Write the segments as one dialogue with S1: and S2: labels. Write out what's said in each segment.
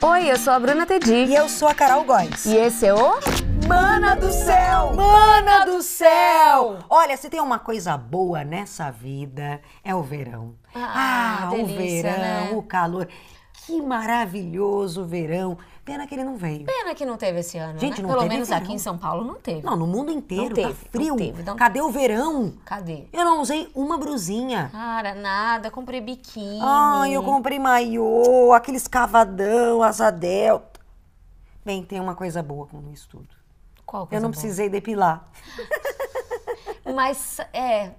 S1: Oi, eu sou a Bruna Tedi.
S2: E eu sou a Carol Góes.
S1: E esse é o.
S2: Mana do céu! Mana do céu! Olha, se tem uma coisa boa nessa vida, é o verão.
S1: Ah,
S2: o
S1: delícia,
S2: verão,
S1: né?
S2: o calor. Que maravilhoso verão. Pena que ele não veio.
S1: Pena que não teve esse ano.
S2: Gente,
S1: né?
S2: não
S1: Pelo
S2: teve
S1: menos
S2: verão.
S1: aqui em São Paulo não teve.
S2: Não, no mundo inteiro
S1: Não teve,
S2: tá frio.
S1: não teve, não
S2: Cadê o verão?
S1: Cadê?
S2: Eu não usei uma brusinha.
S1: Cara, nada, comprei biquíni.
S2: Ai, eu comprei maiô, aquele escavadão, asa delta. Bem, tem uma coisa boa com isso tudo.
S1: Qual é
S2: Eu
S1: coisa
S2: não
S1: boa?
S2: precisei depilar.
S1: Mas é.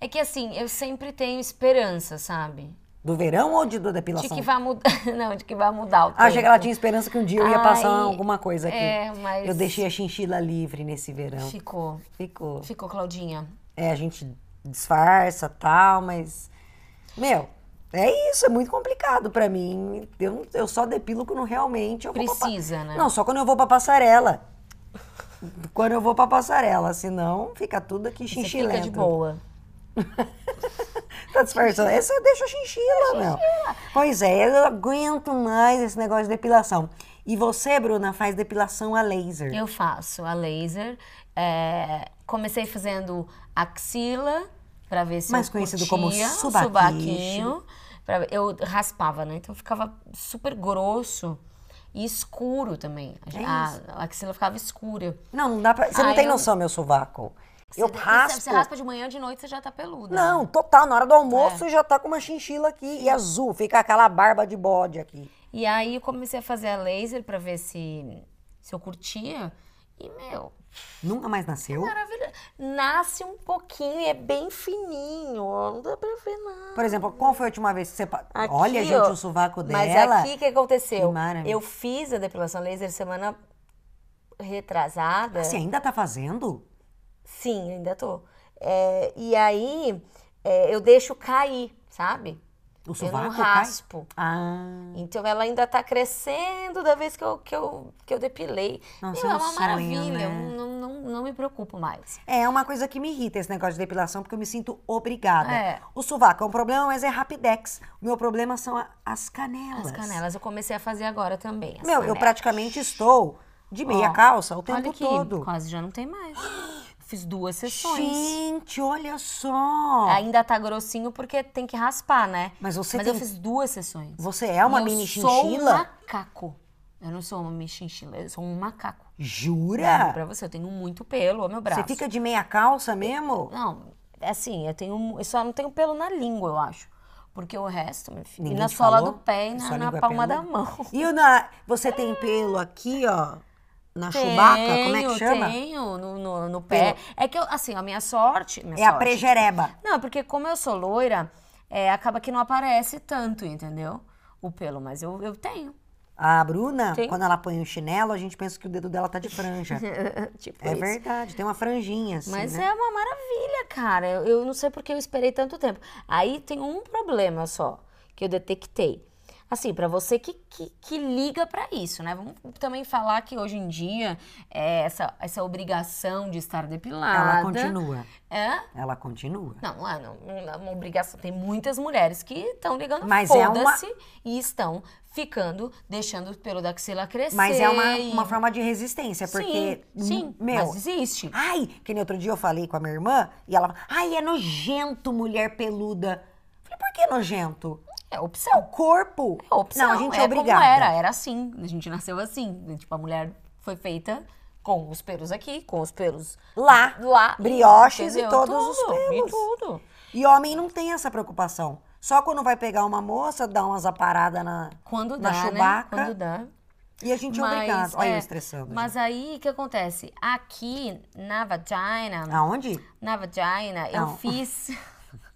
S1: É que assim, eu sempre tenho esperança, sabe?
S2: Do verão ou de, da
S1: De
S2: depilação?
S1: que vai mudar. Não, de que vai mudar o tempo.
S2: Achei que ela tinha esperança que um dia eu ia passar
S1: Ai,
S2: alguma coisa aqui.
S1: é, mas-
S2: Eu deixei a chinchila livre nesse verão.
S1: Ficou.
S2: Ficou.
S1: Ficou, Claudinha.
S2: É, a gente disfarça tal, mas. Meu, é isso, é muito complicado pra mim. Eu, não- eu só depilo quando realmente eu vou pra pa-
S1: Precisa, né?
S2: Não, só quando eu vou pra passarela. quando eu vou pra passarela, senão fica tudo aqui
S1: Você
S2: chinchilento.
S1: fica de boa.
S2: Tá disfarçando. Essa eu deixo a chinchila, meu. Pois é, eu não aguento mais esse negócio de depilação. E você, Bruna, faz depilação a laser.
S1: Eu faço a laser. é, comecei fazendo axila pra ver se
S2: Mais
S1: eu
S2: conhecido
S1: curtia,
S2: como subaquiche.
S1: subaquinho. pra- eu raspava, né? Então ficava super grosso e escuro também. A-
S2: É
S1: a, a axila ficava escura.
S2: Não, não dá pra. Você não
S1: Ai,
S2: tem
S1: eu-
S2: noção, meu sovaco.
S1: Você
S2: Eu
S1: deve-
S2: raspo.
S1: Você raspa É. de manhã, de noite você já tá peluda.
S2: Não, total. Na hora do almoço já tá com uma chinchila aqui e azul. Fica aquela barba de bode aqui.
S1: E aí eu comecei a fazer a laser pra ver se, se eu curtia. E, meu,
S2: Nunca mais nasceu?
S1: maravilha. Nasce um pouquinho e é bem fininho. ó, Não dá pra ver nada.
S2: Por exemplo, qual foi a última vez que você. pa-
S1: Aqui,
S2: Olha, gente,
S1: ó.
S2: o sovaco dela.
S1: Mas aqui o que aconteceu?
S2: Que maravilha.
S1: eu fiz a depilação laser semana retrasada.
S2: Você ainda tá fazendo?
S1: Sim, ainda tô. É, e aí é, eu deixo cair, sabe? eu
S2: O
S1: não
S2: sovaco cai?
S1: raspo.
S2: Ah.
S1: Então ela ainda tá crescendo da vez que eu, que eu, que eu depilei.
S2: Nossa,
S1: Meu,
S2: é
S1: é
S2: um
S1: uma
S2: sonho,
S1: maravilha.
S2: né?
S1: eu Não, não, não me preocupo mais.
S2: É uma coisa que me irrita esse negócio de depilação, porque eu me sinto obrigada.
S1: É.
S2: O sovaco é um problema, mas é rapidex. O meu problema são a- as canelas.
S1: As canelas eu comecei a fazer agora também. as
S2: Meu, eu
S1: canelas.
S2: praticamente estou de meia
S1: Ó,
S2: calça o tempo
S1: Olha aqui,
S2: todo.
S1: quase já não tem mais. Fiz duas sessões.
S2: Gente, olha só.
S1: Ainda tá grossinho porque tem que raspar, né?
S2: Mas você
S1: Mas eu
S2: tem-
S1: fiz duas sessões.
S2: Você é uma
S1: E eu
S2: mini
S1: Sou um
S2: chinchila?
S1: macaco. Eu não sou uma mini chinchila, eu sou um macaco. Juro
S2: Jura?
S1: Pra você, eu tenho muito pelo, ó, meu braço.
S2: É. Você fica de meia calça mesmo?
S1: Não, é assim, eu tenho. Eu só não tenho pelo na língua, eu acho. Porque o resto, meu filho. E
S2: Ninguém
S1: na
S2: te
S1: sola
S2: falou?
S1: do pé e
S2: Que
S1: na,
S2: sua
S1: na
S2: língua é
S1: palma da
S2: peluda?
S1: mão.
S2: E o na... você tem pelo aqui, ó, na chubaca, como é que
S1: Tenho,
S2: chama?
S1: Tenho, no, no, no pé. É que eu, assim, a minha sorte. minha
S2: É a
S1: sorte.
S2: prejereba.
S1: Não, é porque como eu sou loira, é, acaba que não aparece tanto, entendeu? O pelo, mas eu, eu tenho.
S2: A Bruna,
S1: Tem.
S2: quando ela põe o chinelo, a gente pensa que o dedo dela tá de franja.
S1: tipo
S2: é
S1: isso.
S2: verdade, tem uma franjinha assim,
S1: Mas
S2: né?
S1: é uma maravilha, cara. Eu, eu não sei porque eu esperei tanto tempo. Aí tem um problema só que eu detectei. Assim, pra você que, que, que liga pra isso, né? Vamos também falar que hoje em dia é, essa, essa obrigação de estar depilada.
S2: Ela continua,
S1: É,
S2: ela continua.
S1: Não, não é, não, não é uma obrigação. Tem muitas mulheres que estão ligando
S2: Mas é uma-
S1: foda-se e estão ficando, deixando o pelo da axila crescer.
S2: Mas é uma,
S1: e-
S2: uma forma de resistência, porque...
S1: Sim, sim
S2: meu,
S1: mas existe.
S2: Ai, que nem outro dia eu falei com a minha irmã e ela falou, ai, é nojento mulher peluda. Eu falei, por que nojento?
S1: É
S2: É o
S1: opção.
S2: corpo.
S1: É opção.
S2: Não, a gente é,
S1: é
S2: obrigada.
S1: como era, era assim. A gente nasceu assim. Tipo, a mulher foi feita com os pelos aqui, com os pelos
S2: Lá.
S1: lá.
S2: Ah, Brioches e
S1: entendeu?
S2: todos os
S1: Tudo, e
S2: pelos.
S1: tudo.
S2: E homem não tem essa preocupação. Só quando vai pegar uma moça, dá umas aparadas na...
S1: Quando dá,
S2: Na
S1: né?
S2: chubaca.
S1: Quando dá.
S2: E a gente é
S1: Mas,
S2: obrigado. Olha eu
S1: é,
S2: estressando.
S1: Mas aí, o que acontece? Aqui, na vagina...
S2: gente. Aonde?
S1: Na vagina,
S2: Não.
S1: eu fiz.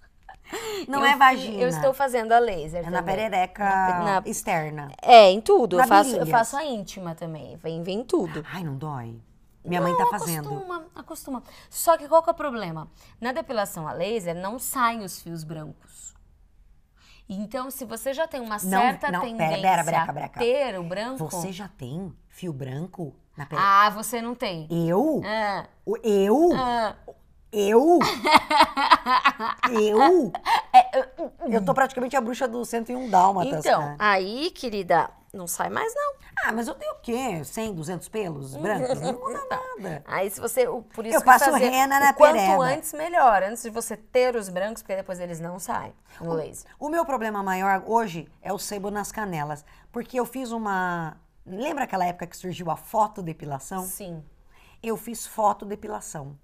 S2: Não
S1: eu
S2: é
S1: fi-
S2: vagina.
S1: Eu estou fazendo a laser.
S2: É na
S1: também.
S2: perereca
S1: Na pe- na-
S2: externa.
S1: É, em tudo.
S2: Na
S1: Eu faço, eu
S2: virilha.
S1: faço a íntima também. Vem, vem em tudo.
S2: Ai, não dói. Minha mãe tá fazendo.
S1: Acostuma, acostuma. Só que qual que é o problema? Na depilação a laser não saem os fios brancos. Então, se você já tem uma certa
S2: não, pera,
S1: tendência
S2: pera, breca, breca.
S1: a ter o branco.
S2: Você já tem fio branco na perereca?
S1: Ah, você não tem.
S2: Eu?
S1: Ah,
S2: O- Eu?
S1: ah.
S2: Eu? Eu? Eu tô praticamente a bruxa do 101 Dálmatas.
S1: É, Então,
S2: né?
S1: aí, querida, Não sai mais, não.
S2: Ah, mas eu tenho o quê? 100, 200
S1: Uhum.
S2: pelos brancos? Não muda
S1: Então.
S2: nada.
S1: Tá. Aí se você. o- Por isso
S2: Eu
S1: que
S2: passo
S1: fazer
S2: henna
S1: o
S2: na
S1: Quanto
S2: pereba.
S1: antes, melhor. Antes de você ter os brancos, porque depois eles não saem no laser.
S2: O meu problema maior hoje é o sebo nas canelas. Porque eu fiz uma. Lembra aquela época que surgiu a fotodepilação?
S1: Sim.
S2: Eu fiz fotodepilação.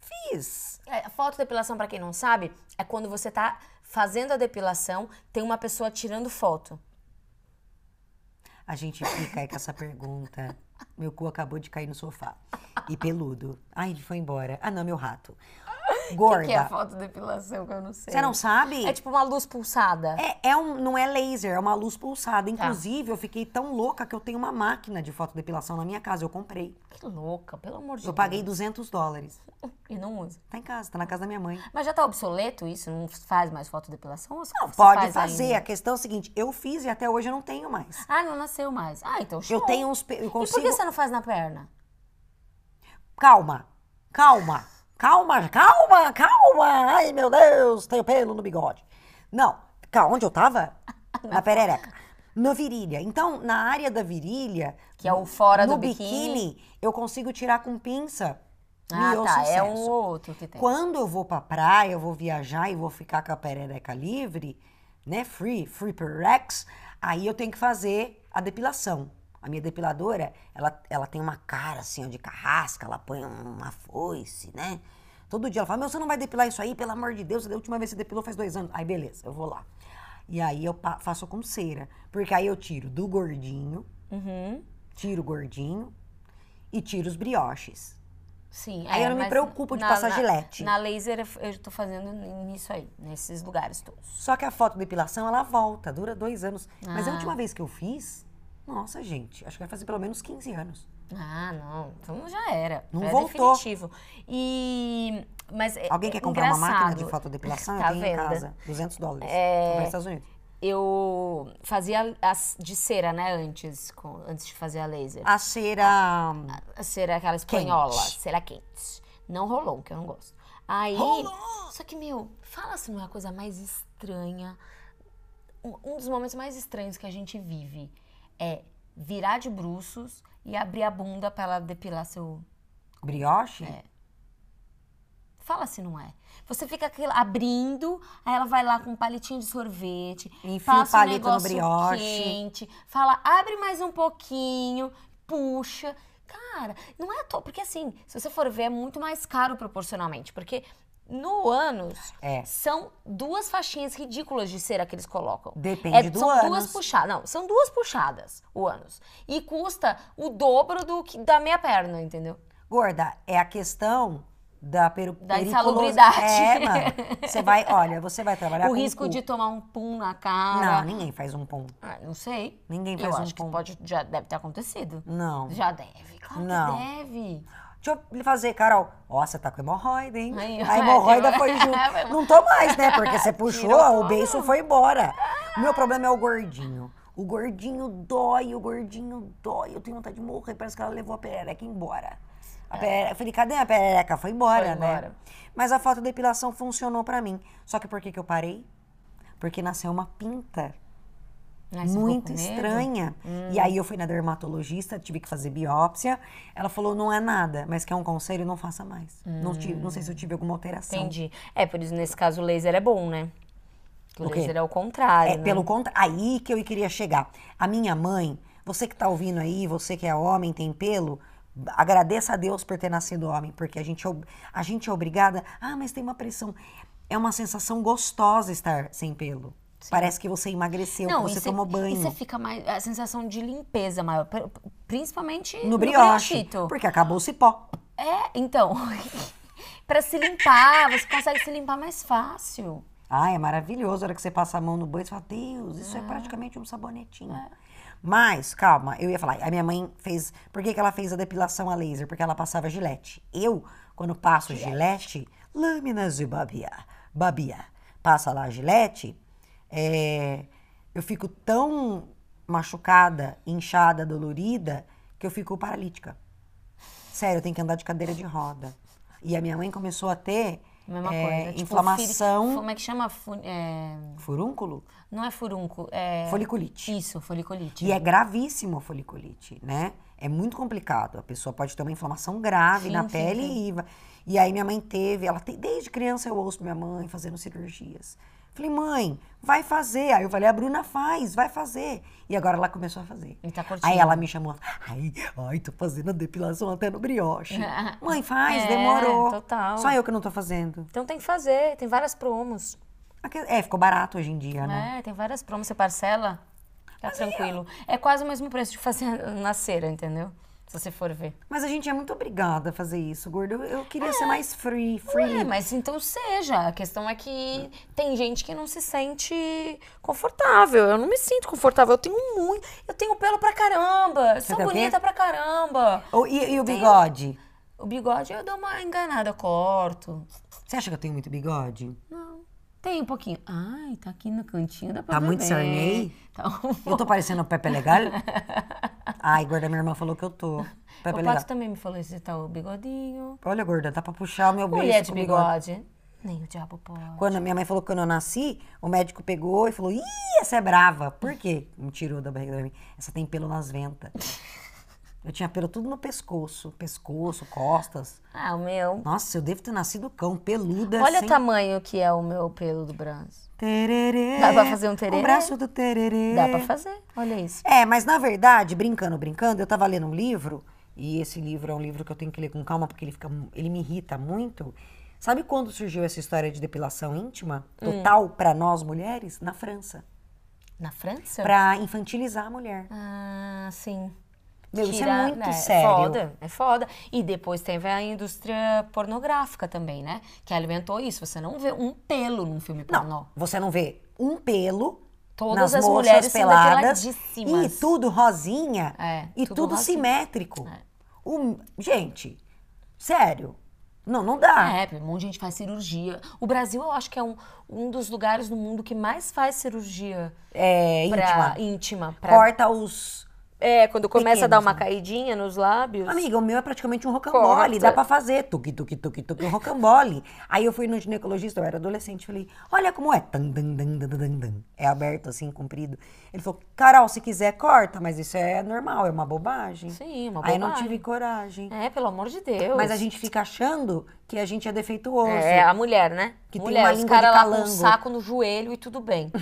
S2: Fiz.
S1: É, a fotodepilação, pra quem não sabe, é quando você tá fazendo a depilação, tem uma pessoa tirando foto.
S2: A gente fica aí com essa pergunta. Meu cu acabou de cair no sofá. E peludo. Ai, ele foi embora. Ah, não, meu rato.
S1: O
S2: Gorda.
S1: que, que é a fotodepilação que eu não sei?
S2: Você não sabe?
S1: É tipo uma luz pulsada.
S2: É, é um, não é laser, é uma luz
S1: Tá.
S2: pulsada. Inclusive, eu fiquei tão louca que eu tenho uma máquina de fotodepilação na minha casa. Eu comprei.
S1: Que louca, pelo amor de
S2: Eu
S1: Deus.
S2: paguei 200 dólares.
S1: E não usa.
S2: Tá em casa, tá na casa da minha mãe.
S1: Mas já tá obsoleto isso? Não faz mais fotodepilação? Ou só
S2: Não,
S1: se
S2: pode
S1: faz
S2: fazer.
S1: ainda?
S2: A questão é a seguinte: eu fiz e até hoje eu não tenho mais.
S1: Ah, não nasceu mais. Ah, então show.
S2: Eu tenho uns. pe- Eu
S1: E
S2: consigo.
S1: por que você não faz na perna?
S2: Calma, calma, calma, calma, calma. Ai, meu Deus, tenho pelo no bigode. Não, calma, onde eu tava? Na perereca. Na virilha. Então, na área da virilha.
S1: Que é o fora
S2: no
S1: do biquíni.
S2: eu consigo tirar com pinça.
S1: Ah,
S2: e eu
S1: tá. É
S2: sucesso.
S1: um ou outro que tem.
S2: Quando eu vou pra praia, eu vou viajar e vou ficar com a perereca livre, né? Free, free perex, aí eu tenho que fazer a depilação. A minha depiladora, ela, ela tem uma cara assim, ó, de carrasca, ela põe uma foice, né? Todo dia ela fala, meu, você não vai depilar isso aí, pelo amor de Deus, a última vez que você depilou faz dois anos. Aí, beleza, eu vou lá. E aí eu pa- faço com cera, porque aí eu tiro do gordinho,
S1: Uhum.
S2: tiro o gordinho e tiro os brioches.
S1: Sim.
S2: Aí
S1: é,
S2: eu não me
S1: mas
S2: preocupo de
S1: na-
S2: passar
S1: na-
S2: gilete.
S1: Na laser eu f- eu tô fazendo nisso aí, nesses lugares todos.
S2: Só que a fotodepilação, ela volta, dura dois anos. Mas a
S1: Ah.
S2: última vez que eu fiz, nossa, gente, acho que vai fazer pelo menos 15 anos.
S1: Ah, não. Então já era.
S2: Não
S1: é
S2: voltou.
S1: definitivo. E. Mas é-
S2: Alguém
S1: é
S2: quer comprar uma máquina de
S1: engraçado.
S2: fotodepilação?
S1: Tá
S2: eu tenho em
S1: vendo?
S2: casa, 200 dólares.
S1: É.
S2: Comprei nos Estados Unidos.
S1: Eu fazia as de cera, né, antes, com- antes de fazer a laser.
S2: A cera... hum,
S1: A cera aquela espanhola,
S2: Quente.
S1: cera quente. Não rolou, que eu não gosto. Aí,
S2: Rolou!
S1: só que, meu, fala se não é a coisa mais estranha. Um, um dos momentos mais estranhos que a gente vive é virar de bruços e abrir a bunda pra ela depilar seu
S2: Brioche?
S1: É. Fala se não é. Você fica aquilo- abrindo, aí ela vai lá com um palitinho de sorvete,
S2: Enfia o
S1: passa um
S2: palito no
S1: negócio
S2: brioche.
S1: quente, fala, abre mais um pouquinho, puxa. Cara, não é à toa, porque assim, se você for ver, é muito mais caro proporcionalmente, porque no ânus
S2: É.
S1: são duas faixinhas ridículas de cera que eles colocam.
S2: Depende
S1: É,
S2: do
S1: são
S2: ânus.
S1: duas puxadas. Não, são duas puxadas o ânus. E custa o dobro do que da minha perna, entendeu?
S2: Gorda, é a questão da peru...
S1: Da
S2: periculoso-
S1: insalubridade.
S2: É, mano. Você vai, olha, você vai trabalhar
S1: o
S2: com
S1: risco
S2: cu.
S1: de tomar um pum na
S2: Não,
S1: cara.
S2: ninguém faz um pom.
S1: Ah, não sei.
S2: Ninguém
S1: Eu
S2: faz um
S1: acho que
S2: pum.
S1: pode, já deve ter acontecido.
S2: Não.
S1: Já deve, claro
S2: Não.
S1: que deve.
S2: Deixa eu lhe fazer, Carol. Ó, você tá com hemorroida, hein?
S1: Aí,
S2: a
S1: é,
S2: hemorroida
S1: tipo-
S2: foi
S1: Foi
S2: junto.
S1: bom.
S2: Não tô mais, né? Porque você puxou,
S1: Tirou
S2: o beiço foi embora. O meu problema é o gordinho. O gordinho dói, o gordinho dói. Eu tenho vontade de morrer. Parece que ela levou a perereca embora. A perereca, eu falei, cadê a perereca? Foi embora,
S1: É. Foi
S2: né?
S1: embora.
S2: Mas a fotodepilação funcionou pra mim. Só que por que, que eu parei? Porque nasceu uma pinta
S1: Mas você ficou com um medo?
S2: muito
S1: Hum.
S2: estranha. E aí eu fui na dermatologista, tive que fazer biópsia. Ela falou, não é nada, mas quer um conselho, não faça mais. Não, tive- não sei se eu tive alguma alteração.
S1: Hum. Entendi. É, por isso nesse caso o laser é bom, né? Que o,
S2: O quê?
S1: laser é o contrário.
S2: É,
S1: né?
S2: pelo contrário, aí que eu queria chegar. A minha mãe, você que tá ouvindo aí, você que é homem, tem pelo, agradeça a Deus por ter nascido homem, porque a gente, é ob- a gente é obrigada. Ah, mas tem uma pressão. É uma sensação gostosa estar sem pelo. Parece que você emagreceu,
S1: Não,
S2: que você
S1: e cê-
S2: tomou
S1: E você
S2: banho.
S1: fica mais. A sensação de limpeza maior. pr- Principalmente
S2: No brioche,
S1: briochito.
S2: porque acabou o cipó.
S1: É, então. pra se limpar, você consegue se limpar mais fácil.
S2: Ah, é maravilhoso. A hora que você passa a mão no banho, você fala, Deus, isso é praticamente um sabonetinho.
S1: É.
S2: Mas, calma, eu ia falar, a minha mãe fez. Por que, que ela fez a depilação a laser? Porque ela passava gilete. Eu, quando passo gilete, lâminas de babiar, babiar, passa lá gilete, é, eu fico tão machucada, inchada, dolorida, que eu fico paralítica. Sério, eu tenho que andar de cadeira de roda. E a minha mãe começou a ter
S1: Mesma
S2: É,
S1: coisa. Tipo,
S2: inflamação.
S1: fili- Como é que chama? Fu- é,
S2: Furúnculo?
S1: Não é furunco, é.
S2: Foliculite.
S1: Isso, foliculite.
S2: E é gravíssimo a foliculite, né? É muito complicado. A pessoa pode ter uma inflamação grave
S1: Sim,
S2: na
S1: sim,
S2: pele
S1: sim.
S2: e va- e aí minha mãe teve, ela tem, desde criança eu ouço minha mãe fazendo cirurgias. Falei, mãe, vai fazer. Aí eu falei, a Bruna faz, vai fazer. E agora ela começou a fazer.
S1: E tá curtindo.
S2: Aí ela me chamou, ai, ai, tô fazendo a depilação até no brioche. mãe, faz,
S1: É,
S2: demorou.
S1: total.
S2: Só eu que não tô fazendo.
S1: Então tem que fazer, tem várias promos.
S2: Aque- É, ficou barato hoje em dia, né?
S1: É, tem várias promos, você parcela, tá tranquilo. É quase o mesmo preço de fazer na cera, entendeu? Se você for ver.
S2: Mas a gente é muito obrigada a fazer isso, gordo. Eu, eu queria ser mais free, free.
S1: É, mas então seja. A questão é que tem gente que não se sente confortável. Eu não me sinto confortável. Eu tenho muito. Eu tenho pelo pra caramba. Eu sou
S2: tem o quê?
S1: bonita pra caramba.
S2: Ou- Oh, e, e o
S1: um
S2: bigode?
S1: O bigode eu dou uma enganada, eu corto.
S2: Você acha que eu tenho muito bigode?
S1: Tem um pouquinho. Ai, tá aqui no cantinho, dá pra
S2: Tá muito
S1: ver.
S2: Sarney?
S1: Tá um
S2: Eu tô parecendo o Pepe Legal? Ai, gorda, minha irmã falou que eu tô. Pepe
S1: O
S2: Tá Legal.
S1: Pato também me falou isso, tá o bigodinho.
S2: Olha, gorda, dá pra puxar o meu beijo
S1: Mulher de
S2: com o
S1: bigode. Nem o diabo pode.
S2: Quando a minha mãe falou que quando eu nasci, o médico pegou e falou, ih, essa é brava. Por quê? Me tirou da barriga da minha mãe. Essa tem pelo nas ventas. Eu tinha pelo tudo no pescoço. Pescoço, costas.
S1: Ah, o meu.
S2: Nossa, eu devo ter nascido cão, peluda.
S1: Olha
S2: sem...
S1: o tamanho que é o meu pelo do braço.
S2: Tererê.
S1: Dá pra fazer um tererê?
S2: O braço do tererê.
S1: Dá pra fazer, olha isso.
S2: É, mas na verdade, brincando, brincando, eu tava lendo um livro, e esse livro é um livro que eu tenho que ler com calma, porque ele, fica, mu- ele me irrita muito. Sabe quando surgiu essa história de depilação íntima
S1: Hum.
S2: total pra nós mulheres? Na França.
S1: Na França?
S2: Pra infantilizar a mulher.
S1: Ah, sim.
S2: Meu, isso é muito
S1: né,
S2: sério.
S1: É foda, é foda. E depois teve a indústria pornográfica também, né? Que alimentou isso. Você não vê um pelo num filme
S2: Não,
S1: pornô.
S2: você não vê um pelo
S1: Todas
S2: nas
S1: as
S2: moças
S1: mulheres são
S2: peladas e
S1: depiladíssimas.
S2: tudo rosinha
S1: É,
S2: e tudo,
S1: tudo rosinha.
S2: simétrico.
S1: É.
S2: Um- gente, sério, não, não dá.
S1: É, um monte de gente faz cirurgia. O Brasil, eu acho que é um, um dos lugares no mundo que mais faz cirurgia
S2: É,
S1: pra-
S2: íntima.
S1: íntima. pra-
S2: Corta os
S1: É, quando começa a dar uma
S2: Pequenos, né?
S1: caidinha nos lábios.
S2: Amiga, o meu é praticamente um rocambole,
S1: Corta.
S2: dá pra fazer. Tuque, tuque, tuque, tuque, um rocambole. Aí eu fui no ginecologista, eu era adolescente, falei, olha como é. Tan, dan, dan, dan, dan, dan. É aberto assim, comprido. Ele falou, Carol, se quiser, corta, mas isso é normal, é uma bobagem.
S1: Sim, uma
S2: Aí eu não
S1: bobagem.
S2: tive coragem.
S1: É, pelo amor de Deus.
S2: Mas a gente fica achando que a gente é defeituoso.
S1: É, a mulher, né?
S2: Que tem
S1: mulher,
S2: uma
S1: os
S2: língua de
S1: caras lá com um
S2: calango.
S1: saco no joelho e tudo bem.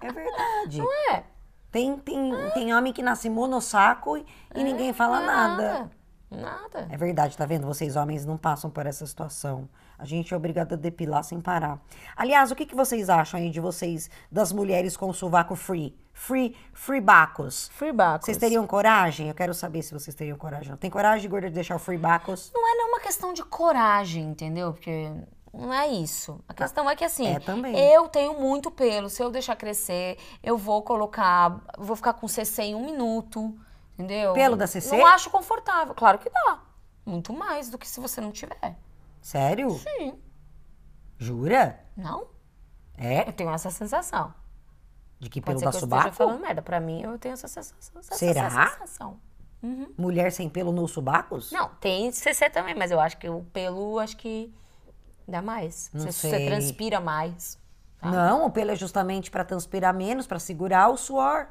S2: É verdade.
S1: É,
S2: Tem, tem, tem homem que nasce monossaco e, e ninguém
S1: é
S2: fala nada.
S1: Nada.
S2: É verdade, tá vendo? Vocês homens não passam por essa situação. A gente é obrigado a depilar sem parar. Aliás, o que, que vocês acham aí de vocês, das mulheres com sovaco free? Free, free bacos.
S1: Free bacos.
S2: Vocês teriam coragem? Eu quero saber se vocês teriam coragem. Tem coragem, gorda, de deixar o free bacos?
S1: Não é nenhuma questão de coragem, entendeu? Porque não é isso. A questão é que assim,
S2: É, também.
S1: eu tenho muito pelo. Se eu deixar crescer, eu vou colocar, vou ficar com CC em um minuto, entendeu?
S2: Pelo da CC?
S1: Não acho confortável. Claro que dá. Muito mais do que se você não tiver.
S2: Sério?
S1: Sim.
S2: Jura?
S1: Não?
S2: É?
S1: Eu tenho essa sensação.
S2: De que
S1: Pode
S2: pelo
S1: ser
S2: da
S1: que eu esteja
S2: sobaco?
S1: falando merda. Pra mim, eu tenho essa sensação. essa
S2: Será?
S1: sensação. Uhum.
S2: Mulher sem pelo nos sobacos?
S1: Não, tem CC também, mas eu acho que o pelo, acho que dá mais.
S2: Não
S1: você, você
S2: sei.
S1: transpira mais. tá?
S2: Não, o pelo é justamente pra transpirar menos, pra segurar o suor,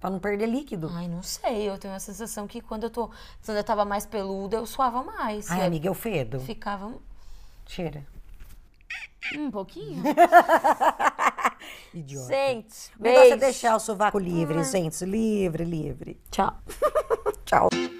S2: pra não perder líquido.
S1: Ai, não sei. Eu tenho a sensação que quando eu tô. Quando eu tava mais peluda, eu suava mais.
S2: Ai,
S1: Eu
S2: amiga, eu fedo.
S1: Ficava um-
S2: Cheira.
S1: um pouquinho.
S2: Idiota.
S1: Gente,
S2: O negócio é
S1: beijo.
S2: deixar o sovaco livre, gente. Livre, livre.
S1: Tchau.
S2: Tchau.